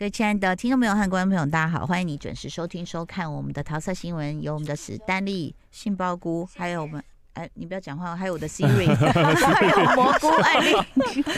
位亲爱的听众朋友和观众朋友，大家好，欢迎你准时收听收看我们的桃色新闻，有我们的史丹利、杏鲍菇，还有我们。哎，你不要讲话，还有我的 Siri，还有蘑菇艾丽。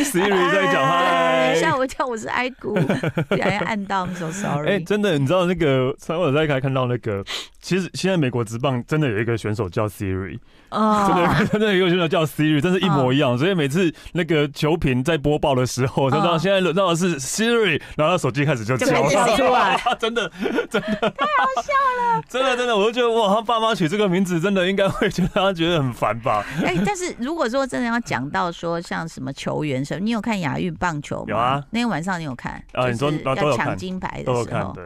Siri 在讲等一嗨。下哎我叫我是艾菇，不小心按到，I'm so 哎、 sorry。真的，你知道那个，上我在看看到那个，其实现在美国职棒真的有一个选手叫 Siri，真哦，的真的有一个选手叫 Siri，真是一模一样。所以每次那个球评在播报的时候，嗯就知道现在轮到的是 Siri，然后他手机开始啊就叫就开始 了，叫出来真的真的太好笑了，真的真的，我就觉得哇，他爸妈取这个名字真的应该会觉得他觉得很烦 吧？哎，但是如果说真的要讲到说像什么球员什么，你有看亚运棒球吗？有啊，那天晚上你有看？啊你说就是啊都有要抢看金牌的都有时看候，对，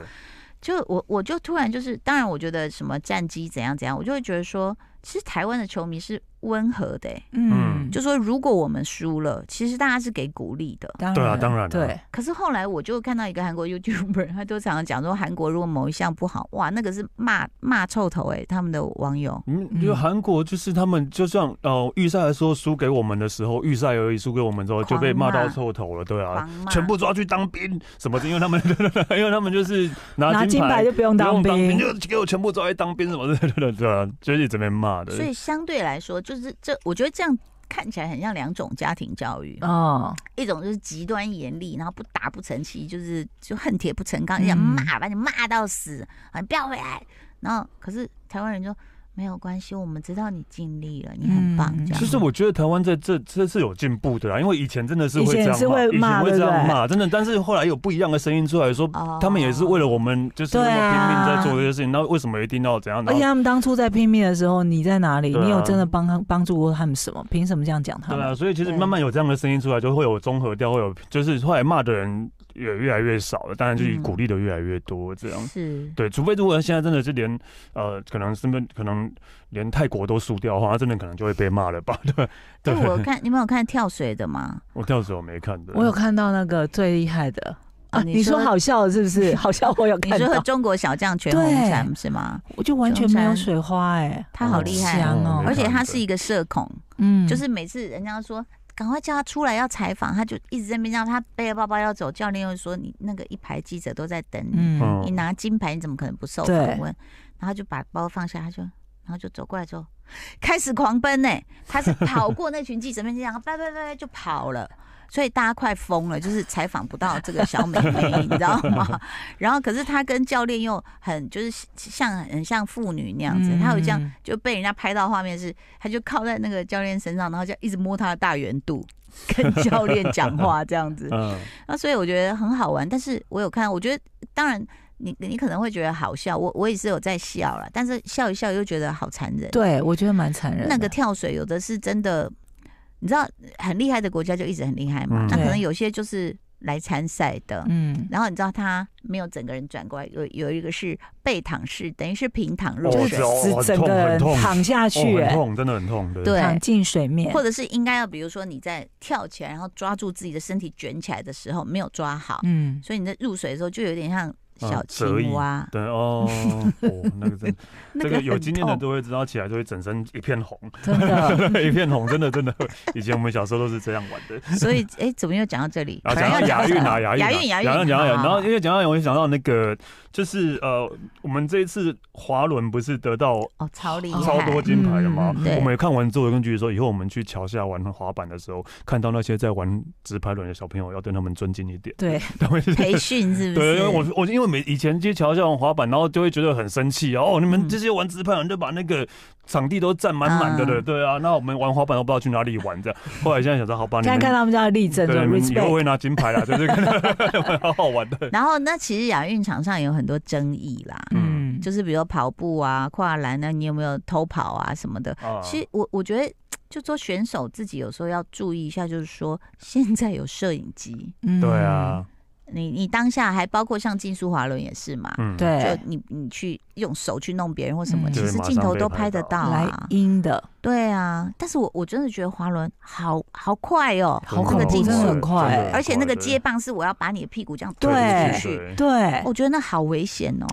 就我我就突然就是，当然我觉得什么战绩怎样怎样，我就会觉得说，其实台湾的球迷是温和的、欸，嗯嗯，就说如果我们输了，其实大家是给鼓励的。当然对啊当然啊对，可是后来我就看到一个韩国 YouTuber，他就常常讲说，韩国如果某一项不好，哇，那个是骂骂臭头哎、欸，他们的网友。嗯，就韩国就是他们就像呃预赛的时候输给我们的时候，预赛而已输给我们之后就被骂狂到骂臭头了，对啊狂，骂全部抓去当兵什么的，因为他们 因为他们就是拿拿金金牌牌。就不用不用当当兵兵，就给我全部抓去当兵什么的， 对对啊，就是一直被骂的。所以相对来说，就是这，我觉得这样看起来很像两种家庭教育，嗯 哦，一种就是极端严厉，然后不打不成器，就是就恨铁不成钢，一想嗯骂把你骂到死，啊，你不要回来。然后可是台湾人就没有关系，我们知道你尽力了，你很棒，嗯这样。就是我觉得台湾在这这是有进步的啦，啊因为以前真的是会这样以前是会骂，骂以前会这对样不对骂，真的。但是后来有不一样的声音出来说哦，他们也是为了我们就是那对么啊哎拼命在做这些事情，那为什么一定要怎样？而然且后他们当初在拼命的时候，你在哪里？嗯对啊你有真的帮他帮助过他们什么？凭什么这样讲他对们？啊，所以其实对慢慢有这样的声音出来，就会有综合掉，会有就是后来骂的人也越来越少了，当然就是嗯鼓励的越来越多这样。是对，除非如果现在真的是连呃，可能身份可能连泰国都输掉的话，他真的可能就会被骂了吧？ 对，但我看你们有看跳水的吗？我跳水我没看的，我有看到那个最厉害的啊啊，你你说说好笑的是 不是？好笑，我有你看说到，中国小将全红婵是吗？我就完全没有水花哎，他好厉害好强哦没看而且他的是一个社恐，嗯，就是每次人家说赶快叫他出来要采访，他就一直在那边让他背着包包要走，教练又说你那个一排记者都在等你，嗯，你拿金牌你怎么可能不受访对问？然后就把包放下，他就然后就走过来之后开始狂奔呢、他是跑过那群记者面前，然后拜拜拜拜就跑了。所以大家快疯了，就是采访不到这个小美眉， 你知道吗？然后可是他跟教练又很就是像很像父女那样子，他有这样嗯就被人家拍到画面是，他就靠在那个教练身上，然后就一直摸他的大圆肚，跟教练讲话这样子。嗯，那所以我觉得很好玩，但是我有看，我觉得当然你你可能会觉得好笑，我我也是有在笑啦，但是笑一笑又觉得好残忍。对我觉得蛮残忍的。那个跳水有的是真的，你知道很厉害的国家就一直很厉害嘛，嗯那可能对有些就是来参赛的。嗯，然后你知道他没有整个人转过来，有有一个是背躺式，等于是平躺入哦就水，哦是整个很人痛很痛躺下去、哦很哎痛，真的很痛，对。欸 对躺进水面，或者是应该要，比如说你在跳起来，然后抓住自己的身体卷起来的时候没有抓好，嗯，所以你在入水的时候就有点像小嗯折翼青蛙，对哦，哦，那个真的， 那这个个有很经验的痛都会知道，起来就会整身一片红，真 的一片红，真的真的，以前我们小时候都是这样玩的。 所以哎，怎么又讲到这里？然后讲到亚运啊，亚运啊，亚运，亚运，哦讲到亚运，好然后因为讲到亚运，我就想到那个，就是呃，我们这一次滑轮不是得到哦，超厉害，超多金牌的吗？嗯对我们也看完之后，根据说以后我们去桥下玩滑板的时候，看到那些在玩直排轮的小朋友，要对他们尊敬一点。 对，他们是 培训是不对，是？因为我我因为每以前去桥下玩滑板，然后就会觉得很生气啊哦，你们嗯这些玩直排轮就把那个场地都占满满的了，嗯对啊，那我们玩滑板都不知道去哪里玩这样。后来现在想说，好吧，你现在看们到他们家的例证，就对，你们以后 respect，会拿金牌 啦，就是 看好好玩的。然后那其实亚运场上有很多争议啦，嗯嗯，就是比如跑步啊、跨栏啊，你有没有偷跑啊什么的。啊其实我我觉得，就做选手自己有时候要注意一下，就是说现在有摄影机，嗯对啊，，你你当下还包括像竞速滑轮也是嘛，嗯，对就，你你去用手去弄别人或什么，嗯其实镜头都拍得到来啊。阴的，对啊，但是我我真的觉得滑轮好好快哦，真的，好恐怖那个镜真的速很快真的而且那个对接棒是我要把你的屁股这样推对出去，对对，我觉得那好危险哦。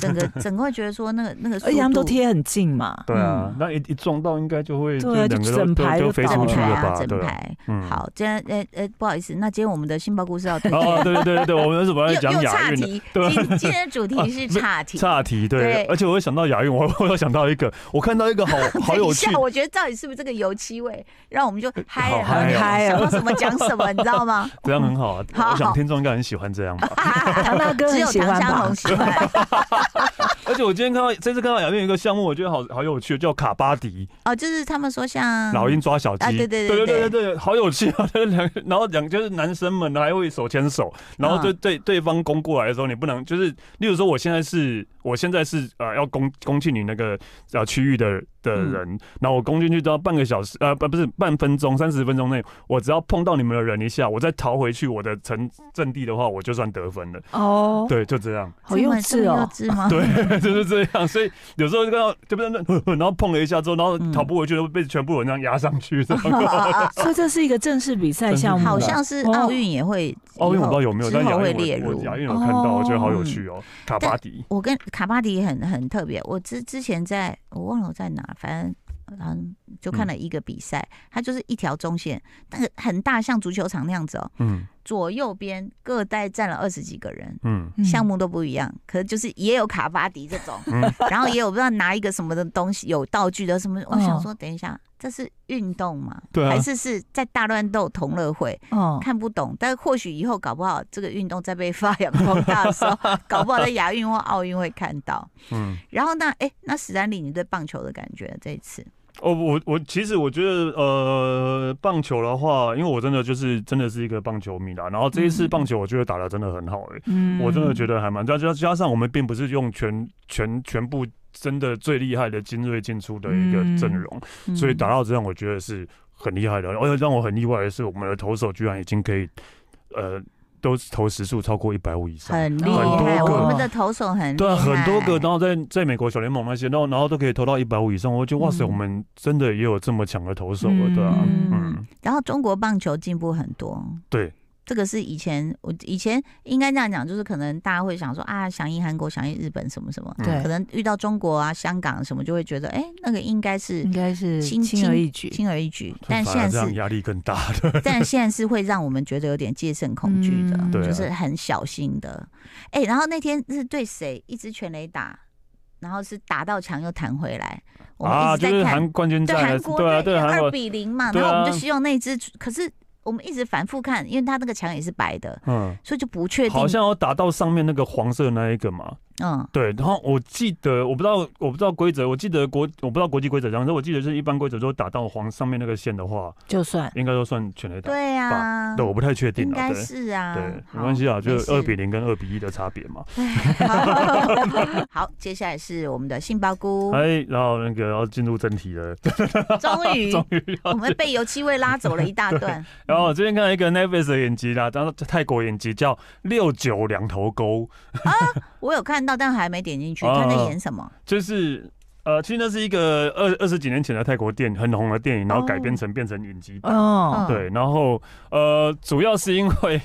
整 个整个会觉得说那个那个速而且他们都度，贴很近嘛，对啊嗯，那一一撞到应该就会对啊两就个都整排都就就飞倒出整去排了啊，吧？整对啊，排。嗯，好，今天呃呃不好意思，那今天我们的性报故事 要推荐哦，对对对对，我们是本 来又讲又亚岔运的，题，对啊今今天的 主题是岔题。岔题，对对，而且我又想到亚运， 我我又想到一个，我看到一个好好 等有一趣下，，我觉得到底是不是这个油漆味，让我们就嗨好嗨了，哦嗨想哦到什么讲什么，你知道吗？这样很好 啊，好我想听众应该很喜欢这样吧。 唐大 哥只很有喜唐湘欢吧龙？喜欢而且我今天看到这次看到亚运有一个项目，我觉得好好有趣，叫卡巴迪，哦，就是他们说像老鹰抓小鸡，啊对对对对对对对好有趣啊！ 两个然后两就是男生们还会手牵手，然啊后对对对方攻过来的时候，你不能就是，例如说我现在是我现在是呃要攻攻进你那个呃区域的的嗯人，然后我攻进去只要半个小时呃不不是半分钟三十分钟内，我只要碰到你们的人一下，我再逃回去我的城阵地的话，我就算得分了。哦，对，就这样。好幼这么稚这么哦，幼稚 吗？对，就是这样。所以有时候就看到就被那， 然后碰了一下之后，然后嗯逃不回去，就被全部人这样压上去。这样啊所以这是一个正式比赛项 目，好像是哦奥运也会，奥哦运我不以后知道有没有，之但后亚会运列我我入。亚运有看到，我觉得好有哦趣哦。卡但巴迪，我跟卡巴迪很很特别，我之之前在我忘了我在哪，反正。嗯，就看了一个比赛，它就是一条中线，那个很大，像足球场那样子哦，嗯左右边各带站了二十几个人，嗯嗯项目都不一样，可是就是也有卡巴迪这种，嗯， 然后也有不知道拿一个什么的东西，有道具的什么，我嗯想说，等一下，这是运动吗？对啊嗯还是是在大乱斗同乐会？哦，看不懂，但或许以后搞不好这个运动在被发扬光大的时 候，搞不好在亚运或奥运会看到。嗯，然后那哎，那史丹利，你对棒球的感觉这一次？哦，我我其实我觉得，呃，棒球的话，因为我真的就是真的是一个棒球迷啦。然后这一次嗯棒球，我觉得打的真的很好诶、嗯我真的觉得还蛮加加加上我们并不是用全全全部真的最厉害的精锐进出的一个阵嗯容。所以打到这样，我觉得是很厉害的。而且让我很意外的是，我们的投手居然已经可以，呃，都是投时速超过一百五以上。很厉很多害，个我们的投手很对啊，厉很多个，害然后在在美国小联盟那些，然后然后都可以投到一百五以上，我觉得哇塞，嗯我们真的也有这么强的投手了，对啊，嗯嗯，然后中国棒球进步很多，对，这个是以前我以前应该这样讲，就是可能大家会想说啊，响应韩国，响应日本什么什么，嗯对可能遇到中国啊、香港什么，就会觉得哎、那个应该是应该是轻轻而易举，轻而易举，但反而现这在样是压力更大的，但现在是会让我们觉得有点戒慎恐惧的，嗯对啊就是很小心的。哎、然后那天是对谁一支全垒打，然后是打到墙又弹回来，我们啊，一直就在是看。韩冠军对战韩了，国对啊，对韩二国，比零嘛，对然后我们啊就希望那一支，可是我们一直反复看，因为他那个墙也是白的，嗯，所以就不确定。好像有打到上面那个黄色的那一个嘛，嗯，对，然后我记得，我不知道，我不知道规则，我记得国，我不知道国际规则这样，但我记得是一般规则，都打到黄上面那个线的话，就算应该都算全垒打。对呀、对，我不太确定应啊。该对，是啊，对，好没关系啊，就没事是二比零跟二比一的差别嘛。哎好 好，接下来是我们的杏鲍菇，哎， 然后那个要进入正题了，终于 终于 我要。们被油漆味拉走了一大 段。然后我最近看到一个 Netflix 的影集啦，当泰国影集叫《六九两头沟》，我有看到，但还没点进去。哦他在演什 么？就是呃，其实那是一个二二十几年前的泰国电影，很红的电影，然后改哦编成变成影集版。嗯哦，对，然后呃，主要是因为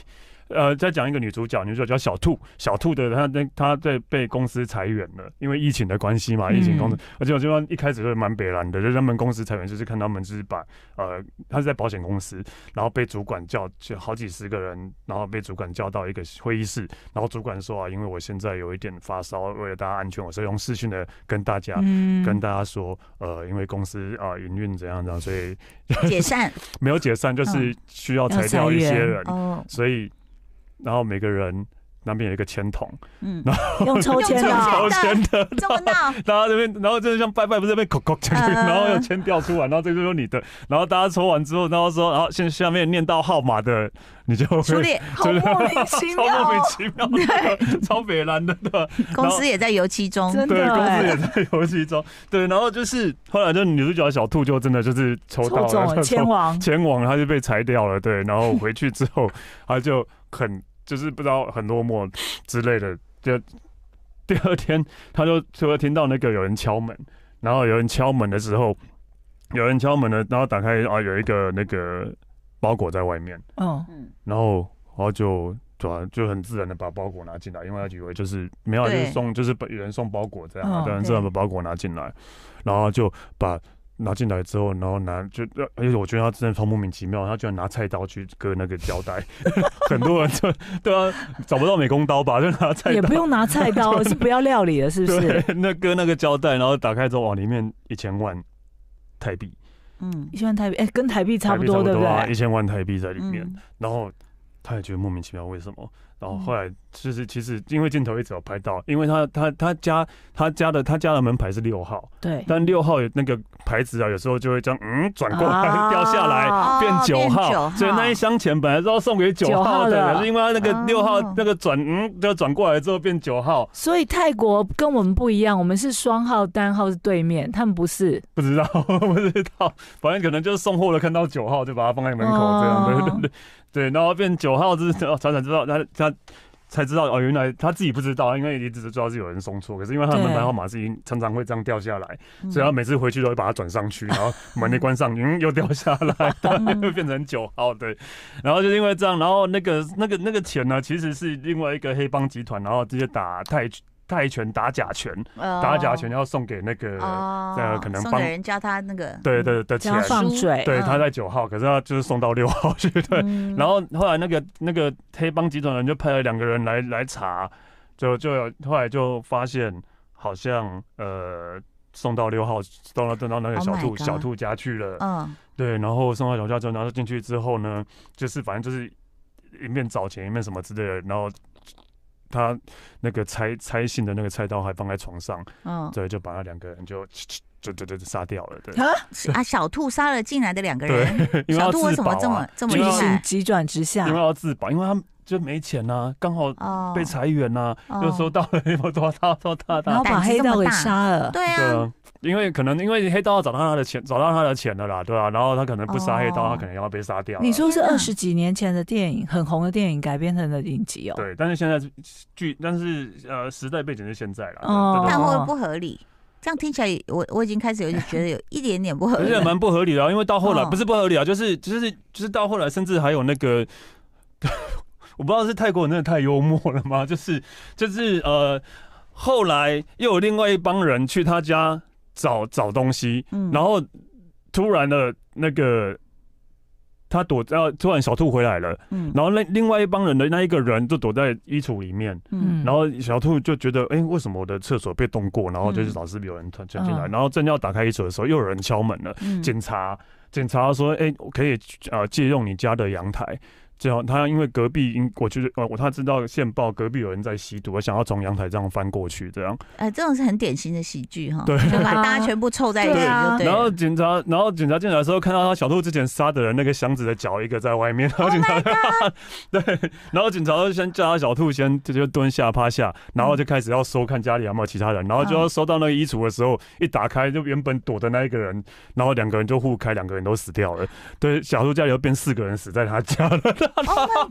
呃，在讲一个女主角，女主角叫小兔，小兔的她那她在被公司裁员了，因为疫情的关系嘛，疫情公司，而且我这边一开始就蛮北蓝的，就是他们公司裁员，就是看他们就是把呃，她是在保险公司，然后被主管叫就好几十个人，然后被主管叫到一个会议室，然后主管说啊，因为我现在有一点发烧，为了大家安全，我是用视讯的跟大家。嗯啊跟大家说，呃，因为公司啊、呃营运怎样怎样，所以解 散没有解散，嗯就是需要裁掉一些人，哦，所以然后每个人那边有一个签筒，嗯，用抽签啊 用抽的抽签的，这么闹，大家这边，然后就是像拜拜，不是被口口签，嗯然后要签掉出来，然后这个就是你的，然后大家抽完之后，然后说，然后下下面念到号码的，你就会初恋好莫名其 超啊莫名妙，其妙 的，超北蓝的，对吧公司也在油漆中，真对，的公司也哎，在游戏中，对，然后就是后来就女主角小兔就真的就是 抽到抽中了了签王，前往他就被裁掉了，对，然后回去之后 他就很就是不知道很落寞之类的，就第二天他就就会听到那个有人敲门，然后有人敲门的时候，有人敲门了，然后打开啊有一个那个包裹在外面，嗯，嗯，然后然后就对啊，就很自然的把包裹拿进来，因为他以为就是没有啊，就对是送就是有人送包裹这样啊，嗯当然自然把包裹拿进来，然后就把拿进来之后，然后拿就，呃而且我觉得他真的超莫名其妙，他居然拿菜刀去割那个胶 带，很多人就对啊，找不到美工刀吧，就拿菜也刀不。用拿菜刀，是不要料理了，是不对是？， 那割那个胶带，然后打开之后，哇，里面一千万台币，嗯一万台币，哎，跟台币差不多，台币对不啊一对？千万台币在里面。嗯，然后他也觉得莫名其妙为什么，然后后来就是其实因为镜头一直有拍到，因为他他他家他家的他家的门牌是六号，对，但六号有那个牌子啊，有时候就会这样嗯转过 来、啊掉下来。哦变九变号，所以那一箱钱本来是要送给九号九的，号的可是因为他那个六号哦那个转，嗯，就转过来之后变九号，所以泰国跟我们不一样，我们是双号、单号是对面，他们不是。不知道 不知道，反正可能就是送货的看到九号就把它放在门口这样，对对哦对对，然后变九号之后，他才知道他他才知道哦，原来他自己不知道，因为也只是知道是有人送错，可是因为他的门牌对号码是一常常会这样掉下来，嗯所以他每次回去都会把它转上去，然后门一关上，嗯，又掉下来，嗯 又变成九号，对，然后就是因为这样，然后那个那个那个钱呢，其实是另外一个黑帮集团，然后直接打泰泰拳打假拳，呃打假拳要送给那个。哦呃可能送帮给人家他那个，对对的只钱要，放水，对，嗯他在九号，可是他就是送到六号去，对。嗯 然后后来那个那个黑帮集团人就派了两个人来来查，就就有后来就发现好像呃送到六号，送到送到那个 Oh 小 my 兔、 God 小兔家去了，嗯对，然后送到小兔家之后，然后进去之后呢，就是反正就是一面找钱一面什么之类的，然后。他那个拆拆信的那个菜刀还放在床上，嗯对，就把那两个人就 就就就就杀掉了， 对啊啊，小兔杀了进来的两个人，对，因 为小要兔为自什保么啊这么这么因厉为剧要情害？急转直下因，为要自保，因为他们就没钱呐、刚好哦被裁员呐、哦就收到了一波多大多大然大后，把黑道给杀了。对对啊，啊，因为可能因为黑道找到他的钱，找到他的钱了啦，对啊，然后他可能不杀黑道，哦他可能要被杀掉了。你说是天哪二十几年前的电影，很红的电影改编成的影集哦。对，但是现在是剧，但是呃，时代背景是现在啦，哦但对对对会不会不合理？这样听起来，我我已经开始有点觉得有一点点不合而理且了。蛮不合理的啊、因为到后来、哦不是不合理啊，就是就是就是到后来，甚至还有那个， 我不知道是泰国人真的太幽默了吗？就是就是呃，后来又有另外一帮人去他家找找东西，嗯然后突然的那个他躲在，突然小兔回来了，嗯然后那另外一帮人的那一个人就躲在衣橱里面，嗯然后小兔就觉得，哎、为什么我的厕所被动过？然后嗯就是老是有人突然进来，嗯然后正要打开衣橱的时候，又有人敲门了。嗯警察，警察说，哎、我可以呃借用你家的阳台。最后，他因为隔壁，因我觉得呃，我他知道线报隔壁有人在吸毒，我想要从阳台这样翻过去，这样。哎，这种是很典型的喜剧哈，对就把大 家全部凑在一起对啊就对然后了。警察，然后警察进来的时候，看到他小兔之前杀的人那个箱子的脚一个在外面， 然后警 Oh 察、对，然后警察就先叫他小兔先就就蹲下趴下，然后就开始要搜看家里有没有其他人，然后就要搜到那个衣橱的时候，一打开就原本躲的那一个人，然后两个人就互开，两个人都死掉了。对，小兔家里又变四个人死在他家 了， Oh my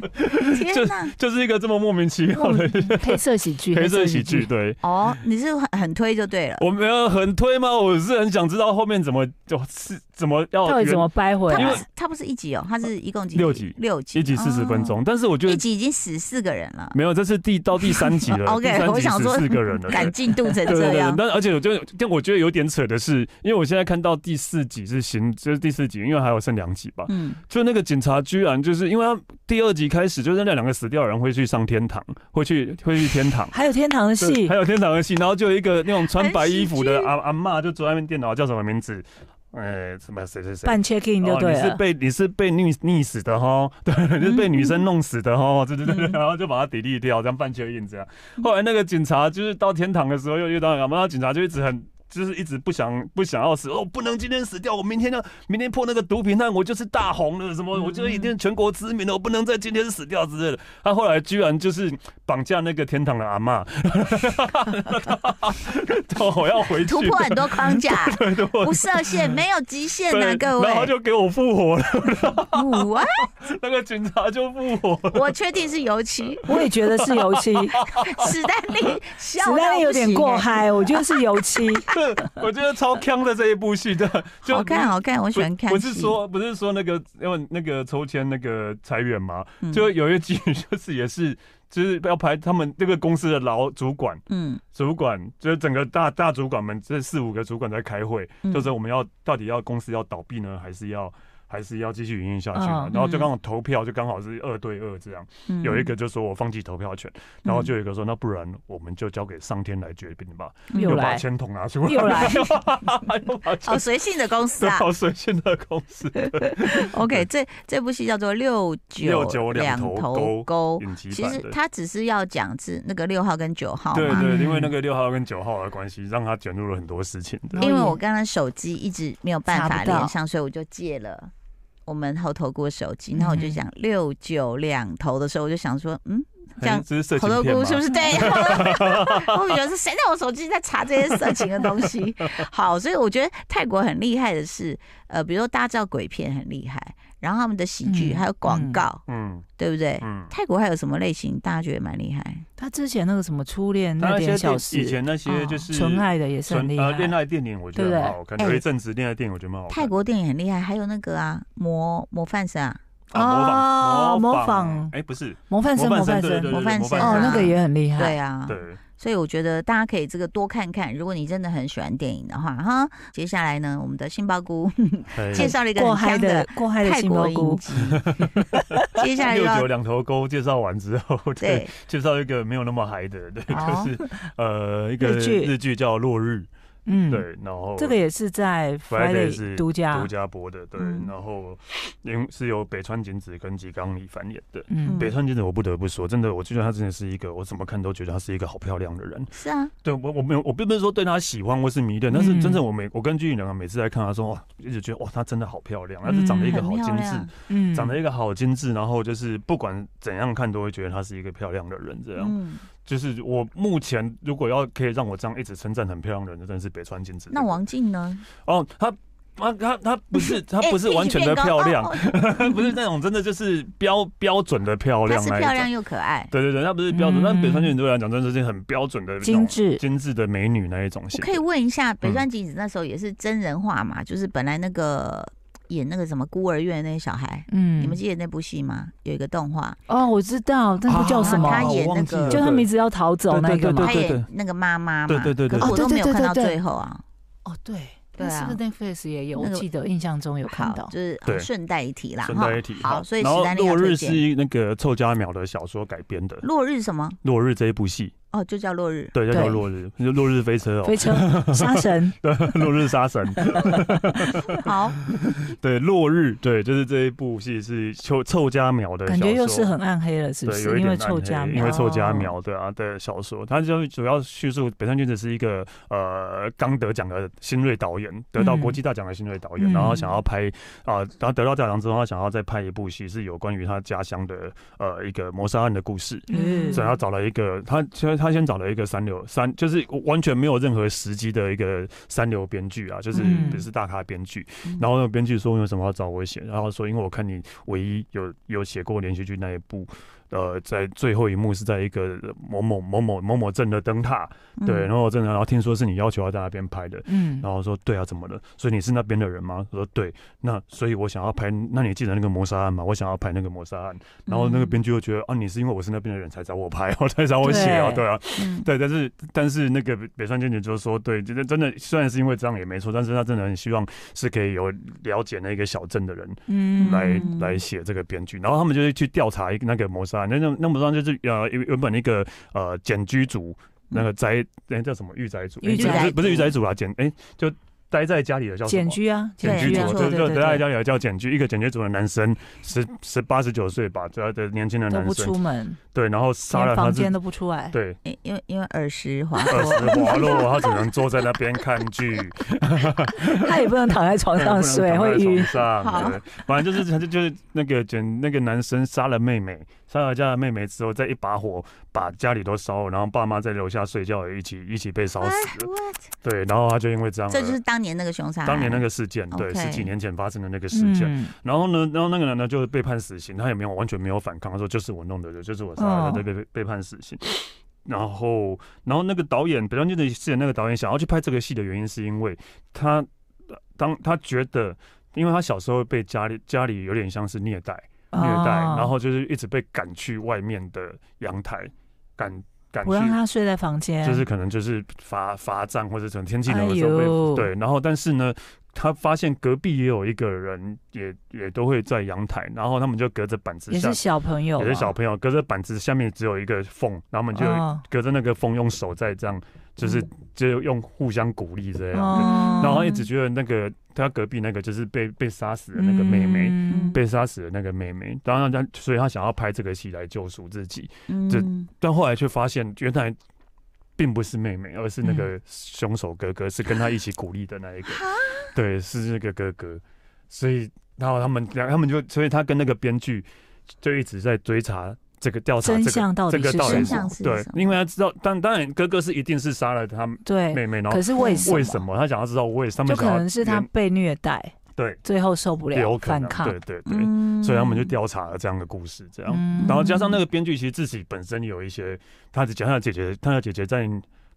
god！天哪！就是一个这么莫名其妙的黑色喜剧， 黑色喜剧。，对，哦，你是很很推就对了。我没有很推吗？我是很想知道后面怎么就是怎么要到底怎圆么掰回它因不为来？。是它不是一集哦，它是一共几六集六一集，哦集四十分钟，但是我觉一得集已经死四个人了。没有，这是第到第三集了，第 OK，三我集想十说四个人 了。赶对进度成对对这对，样，但而且我就但我觉得有点扯的是，因为我现在看到第四集是行，就是第四集，因为还有剩两集吧。 嗯，就那个警察居然就是因为他第二集开始，就是那两个死掉的人会去上天堂，会去会去天 堂还有天堂的对戏还，有天堂的戏，然后就有一个那种穿很白喜衣服的剧阿阿嬷就坐在那边电脑，叫什么名字？哎，什么谁谁谁？办 check in 就哦，对你是了。被你是被溺溺死的哈，对，你是被女嗯生弄死的哈，对对对，然后就把他抵力掉，这样半蚯蚓这样。后来那个警察就是到天堂的时候又遇到，然后警察就一直很。就是一直不想不想要死哦，不能今天死掉，我明天要明天破那个毒品案，我就是大红了，什么我就一嗯定全国知名了，我不能在今天死掉之类的。他、后来居然就是绑架那个天堂的阿嬷， 我要回去突破很多框 架，对对不设限，没有极限对，呐，各位然 后。就给我复活了。五啊，那个警察就复 活了。我确定是尤其 我 也觉得是油漆，史丹利，史 啊 史丹利有点过，嗨，我觉得是油漆。我觉得超强的这一部戏，真的就好看好看，我不喜欢看戏。不是说不是说那个因为那个抽签那个裁员嘛，嗯就有一集就是也是就是要排他们这个公司的老主管，嗯，主管就是整个大大主管们这四五个主管在开会，嗯就是我们要到底要公司要倒闭呢，还是要还是要继续营运下去呢？嗯然后就刚好投票就刚好是二对二这样，哦嗯有一个就说我放弃投票权，然后嗯就有一个说那不然我们就交给上天来决定吧，又把来钱桶拿出来，又来 又把哦，钱随性的公司对 啊。好水现在公司 OK，这这部戏叫做《六六九两两头头沟》，影集哦其版实的。他只是要讲是那个六号跟九号对嘛。对，嗯因为那个六号跟九号的关系，让他卷入了很多事情的。因为我刚刚手机一直没有办查法不到连上，所以我就借了我们后头菇手机。那我就嗯想六九两头的时候，我就想说，嗯，这样哎这是色猴情头片菇吗？是不是对？ 我觉得是谁在我手机在查这些色情的东西？好，所以我觉得泰国很厉害的是，呃，比如说大家知道鬼片很厉害，然后他们的喜剧嗯还有广嗯告，嗯对不对？嗯，泰国还有什么类型大家觉得蛮厉害？他之前那个什么初恋他那那些点小电以事，前那些哦就是纯爱的也是很纯厉呃害。恋爱电影，我觉对不得对很好看。哎有一阵子恋爱电影我觉得蛮好看。泰国电影很厉害，还有那个啊，模模范生啊，啊哦模仿模仿哎不是模范生，模模范范生对，对生对模范模生范啊哦，那个也很厉害。对啊，对所以我觉得大家可以这个多看看，如果你真的很喜欢电影的话，哈。接下来呢，我们的杏鲍菇介哎绍了一个过很嗨香的的过嗨的泰杏鲍国影菇，集， 接下来又六九要两头沟介绍完之后，对，对哦介绍一个没有那么嗨的，对，好就是呃一个日剧日剧叫《落日》，嗯，对，然后这个也是在 Friday 是 Friday 独家独，家播的，对嗯，然后因是由北川景子跟吉冈里帆演的。嗯北川景子，我不得不说，真的，我觉得她真的是一个，我怎么看都觉得她是一个好漂亮的嗯人。是啊，对我，我没有，我并不是说对她喜欢或是迷恋，但是嗯真正我每我跟剧两个每次在看她说，哇，一直觉得哇，她真的好漂亮，她是长得一个很好漂精致，亮，嗯长得一个好精致，然后就是不管怎样看都会觉得她是一个漂亮的人。这样，嗯，就是我目前如果要可以让我这样一直称赞很漂亮的人，那真的是北川景子这个。那王静呢？哦，她。她她她不 是 她哎不是完全的 pitch 变漂高亮，哦不是那种真的就是标标准的漂她亮是那一漂种。亮又可爱。对对对，她不是标准，嗯但北川景子对我来讲，真的是很标准的那种精致，精致的美女那一种嗯我型。可以问一嗯下，北川景子那时候也是真人化嘛？就是本来那个演那个什么孤儿院的那些小孩，嗯，你们记得那部戏吗？有一个动画，哦，我知道，但是叫什么？啊他演那个就他们一直要逃走那个嘛对她。对对演那个妈妈嘛，对对对对可是我哦对都没有对对看到对对最后啊。哦，对，对啊那是不是 Netflix 也有？那我个记得印象中有看好，到就。是呃对顺带一提啦，顺带一提，哈好，所以然史后丹利要落推日荐是那个臭家苗的小说改编的，《落日什么？落日》这一部戏，哦，就叫落 日。对，叫做对《落日》，就《落日飞车》哦 飞，车杀神， 《落日杀神》好，对，《落日》对，就是这一部戏是臭臭家苗的小感说，觉又是很暗黑了，是不对，有是？一点因为暗臭家黑苗因为臭家哦苗对啊的小说，他就主要叙述北川君子是一个呃刚得奖的新锐导演，得到国嗯际大奖的新锐导演，然后想要拍啊、然后得到大奖之后，他想要再拍一部戏是有关于他家乡的呃一个谋杀案的故事。嗯所以他找了一个，他其实他先找了一个三流三，就是完全没有任何时机的一个三流编剧啊，就是嗯不是大咖编剧， 然后那个编剧说：“为什么要找我写？”然后说：“因为我看你唯一有有写过连续剧那一部，呃，在最后一幕是在一个某某某某某某镇的灯塔，嗯对，然后镇的，然后听说是你要求要在那边拍的。”嗯然后说对啊，怎么了？所以你是那边的人吗？我说对，那所以我想要拍，那你记得那个谋杀案吗？我想要拍那个谋杀案。然后那嗯嗯个编剧就觉得、啊，你是因为我是那边的人才找我拍，我 才找我写啊，对对啊，嗯对，但是但是那个北川坚决就说，对，真的真的虽然是因为这样也没错，但是他真的很希望是可以有了解那个小镇的人嗯来、嗯来写这个编剧，然后他们就会去调查一个那个谋杀案，那那那谋杀案就是呃原原本那个呃简居族那个宅那、叫什么御宅族，嗯御诶宅不是族不是御宅族啊，简哎、就待在家里的叫什简么？居啊，对简居居啊，族，对就对就对待在对，家里的叫简居，一个简居族的男生，十十八十九岁吧，主要的年轻的都男不生，出门，对，然后杀了连他房自间都不出来。对，因嗯因为因为耳石 滑二脱，十滑落，他只能坐在那边看 剧，他也不能躺在床上睡，不哦会能躺在晕。床好上，对，反正就是他就就是那个简那个男生杀了妹妹，杀了家的妹妹之后，再一把火把家里都烧了，然后爸妈在楼下睡觉，一起一起被烧啊死了。 what？对，然后他就因为这样，这就是当年那个凶杀案，当年那个事件，对， OK 十几年前发生的那个事件。嗯，然后呢，然后那个男的就被判死刑，他也没有完全没有反抗，他说就是我弄的，就是我杀的，哦对，被被被判死刑。然后，然后那个导演北川俊的饰演那个导演想要去拍这个戏的原因，是因为他当他觉得，因为他小时候被家里家里有点像是虐待虐待，哦然后就是一直被赶去外面的阳台，赶赶去我让他睡在房间，就是可能就是罚罚站或者可能天气冷的时哎候呦被对，然后但是呢，他发现隔壁也有一个人也也都会在阳台，然后他们就隔着板子也下是。小朋友啊，也是小朋友，隔着板子下面只有一个缝，然后我们就哦嗯隔着那个缝用手在这样，就是就用互相鼓励这样。哦然后他一直觉得那个他隔壁那个就是被被杀死的那个妹妹，嗯被杀死的那个妹妹，然后他所以他想要拍这个戏来救赎自己。这嗯，但后来却发现，原来并不是妹妹，而是那嗯个凶手哥哥，是跟他一起鼓励的那一个。对，是那个哥哥。所以，然后他们两，他们就，所以他跟那个编剧就一直在追查这个调查真这个。相到这底个是到什底真么相？是是对什，么因为他知道，但当然哥哥是一定是杀了他对，妹妹，然后可是为什么？为什么他想要知道为什么？就可能是他被虐待，对，最后受不有了可反能，抗对，对对，嗯所以他们就调查了这样的故事，这样。嗯然后加上那个编剧，其实自己本身有一些，他的讲他的姐姐，他的姐姐在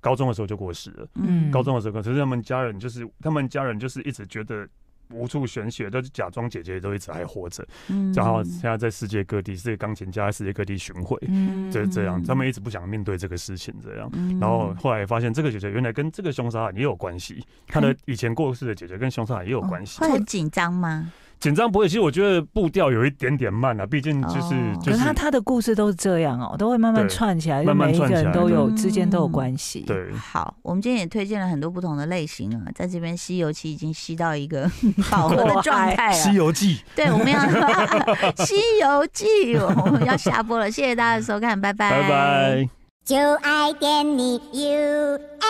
高中的时候就过世了，嗯高中的时候过世，可是他们家人就是他们家人就是一直觉得无处宣泄，都是假装姐姐都一直还活着，嗯然后现在在世界各地是钢琴家在世界各地巡回，嗯就是这样，嗯他们一直不想面对这个事情，这样。嗯然后后来发现，这个姐姐原来跟这个凶杀案也有关系，她嗯的以前过世的姐姐跟凶杀案也有关哦系。哦会很紧张吗？紧张不会，其实我觉得步调有一点点慢啊，毕竟就是、哦就可是是他他的故事都是这样哦，都会慢慢对串起来，慢慢每一个串起来嗯人都有对之间都有关系。，对。好，我们今天也推荐了很多不同的类型啊，在这边吸油漆已经吸到一个 饱和的状态西了。游记，对，我们要《 西游记》，我们要下播了，谢谢大家的收看，拜拜，拜拜。就爱点你 UFO。